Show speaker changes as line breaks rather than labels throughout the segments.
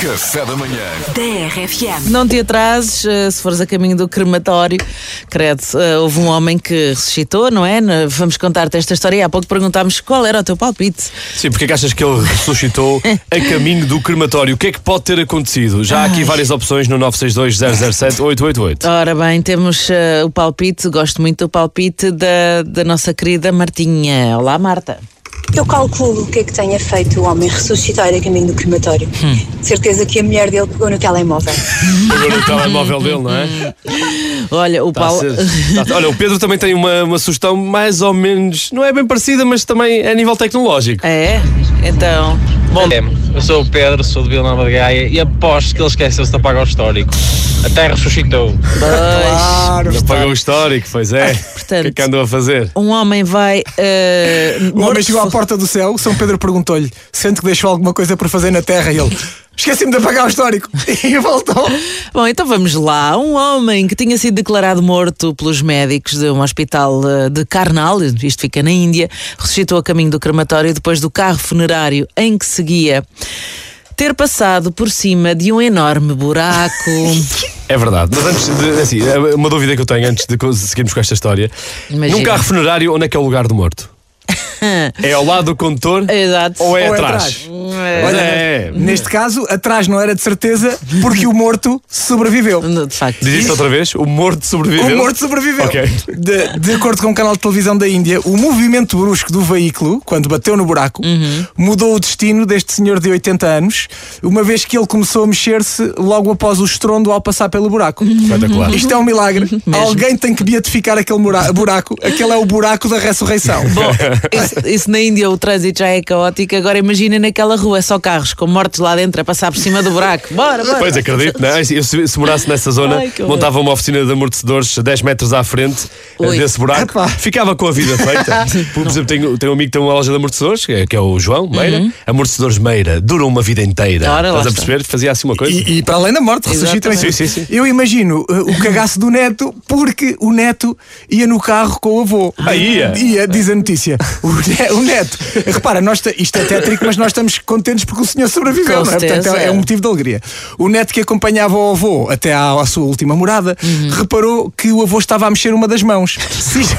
Café da manhã.
TRFM.
Não te atrases eh, se fores a caminho do crematório. Credo, eh, houve um homem que ressuscitou, não é? Na- Vamos contar-te esta história. E há pouco perguntámos qual era o teu palpite.
Sim, porque é que achas que ele ressuscitou a caminho do crematório? O que é que pode ter acontecido? Já há aqui várias opções no 962-007-888.
Ora bem, temos eh, o palpite, gosto muito do palpite da, da nossa querida Martinha. Olá, Marta.
Eu calculo o que é que tenha feito o homem ressuscitar a caminho do crematório. De certeza que a mulher dele pegou no telemóvel.
Agora o telemóvel dele, não é?
Olha, o
Tá a
Paulo.
ser- tá- olha, o Pedro também tem uma, uma sugestão mais ou menos, não é bem parecida, mas também a nível tecnológico.
É? Então.
Bom dia, eu sou o Pedro, sou de Vila Nova de Gaia e aposto que ele esqueceu-se de apagar o histórico. A terra ressuscitou.
Pois.
Apagou o histórico, pois é. o que é
Portanto-
que andou a fazer?
Um homem vai. eh,
O
morto
Um homem
de
chegou à
fome.
porta do céu, São Pedro perguntou-lhe: sente que deixou alguma coisa por fazer na terra? E ele: esqueci-me de apagar o histórico. E voltou.
Bom, então vamos lá. Um homem que tinha sido declarado morto pelos médicos de um hospital eh, de Karnal, isto fica na Índia, ressuscitou a caminho do crematório depois do carro funerário em que seguia ter passado por cima de um enorme buraco.
É verdade. Mas antes de. Assim, uma dúvida que eu tenho antes de co- seguirmos com esta história.
Imagina.
Num carro funerário, onde é que é o lugar do morto? é ao lado do condutor
Exato.
ou é
Ou é
atrás?
atrás.
É,
Pois é.
Neste caso, atrás não era de certeza, porque o morto sobreviveu.
De facto.
Diz isto outra vez? O morto sobreviveu?
O morto sobreviveu.
Ok.
De, de acordo com o canal de televisão da Índia, o movimento brusco do veículo, quando bateu no buraco, mudou o destino deste senhor de 80 anos, uma vez que ele começou a mexer-se logo após o estrondo ao passar pelo buraco.
Espetacular.
Isto é um milagre. Alguém tem que beatificar aquele mura- buraco. Aquele é o buraco da ressurreição.
Bom, isso, isso na Índia o trânsito já é caótico. Agora imagina naquela rua só carros com mortos lá dentro a passar por cima do buraco. Bora, bora.
Pois acredito, não é? Eu, se, se morasse nessa zona,
Ai, que horror.
montava uma oficina de amortecedores 10 metros à frente eh,
Ui.
desse buraco,
Epá.
ficava com a vida feita. Por exemplo, tenho, tenho um amigo que tem uma loja de amortecedores, que é, que é o João Meira. Amortecedores Meira duram uma vida inteira.
Uhum. Ora, lá
Estás a
está.
perceber? Fazia assim uma coisa.
E, e para além da morte, ressuscita
Exatamente.
Sim,
também.
sim, sim.
Eu imagino uh, o cagaço do neto, porque o neto ia no carro com o avô.
Ah, ia?
Ia, diz a notícia. O, ne- o neto. Repara, nós ta- isto é tétrico, mas nós estamos contentes porque o senhor sobreviveu.
Com
não é? Portanto,
certeza.
é, é um motivo de alegria. O neto que acompanhava o avô até à, à sua última morada
Uhum.
reparou que o avô estava a mexer uma das mãos. Se isto,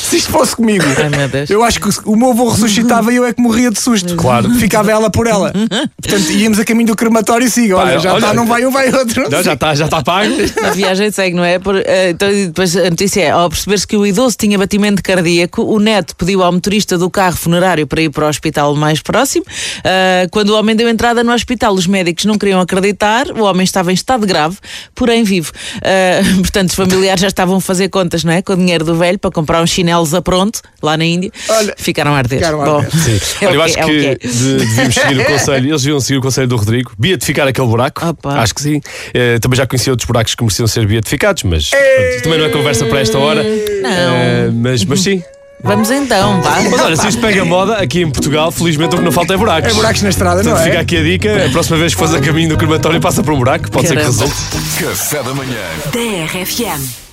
se isto fosse comigo,
Ai, meu Deus.
eu acho que o meu avô ressuscitava e eu é que morria de susto.
Claro.
Ficava ela por ela. Portanto, íamos a caminho do crematório e siga.
Pá,
Olha, já
olha-
está, não vai um, vai outro.
Não, já está já tá pago.
A viagem segue, não é? Por, eh, então, e depois a notícia é: ao perceber-se que o idoso tinha batimento cardíaco, o neto pediu ao motorista do carro funerário para ir para o hospital mais próximo. Ah, quando o homem deu entrada no hospital, os médicos não queriam acreditar, o homem estava em estado grave, porém vivo. Ah, portanto, os familiares já estavam a fazer contas, não é? Com o dinheiro do velho para comprar uns chinelos a pronto, lá na Índia.
Olha,
ficaram a arder.
ficaram a
Bom,
arder.
Sim.
é o
Olha, eu
que-
acho
é o
que
que é.
de- devíamos seguir o conselho. Eles deviam seguir o conselho do Rodrigo. Beatificar aquele buraco.
Opa.
Acho que sim. Eh, também já conhecia outros buracos que mereciam ser beatificados, mas pronto, também não é conversa para esta hora. Eh, mas, mas sim.
Vamos então, vá.
Mas olha, se isto pega moda, aqui em Portugal, felizmente o que não falta é buracos.
É buracos na estrada, não
Portanto, fica
é?
aqui a dica: a próxima vez que fores a caminho do crematório, passa por um buraco, pode ser que
Caramba.
resulte.
Café da manhã.
TRFM.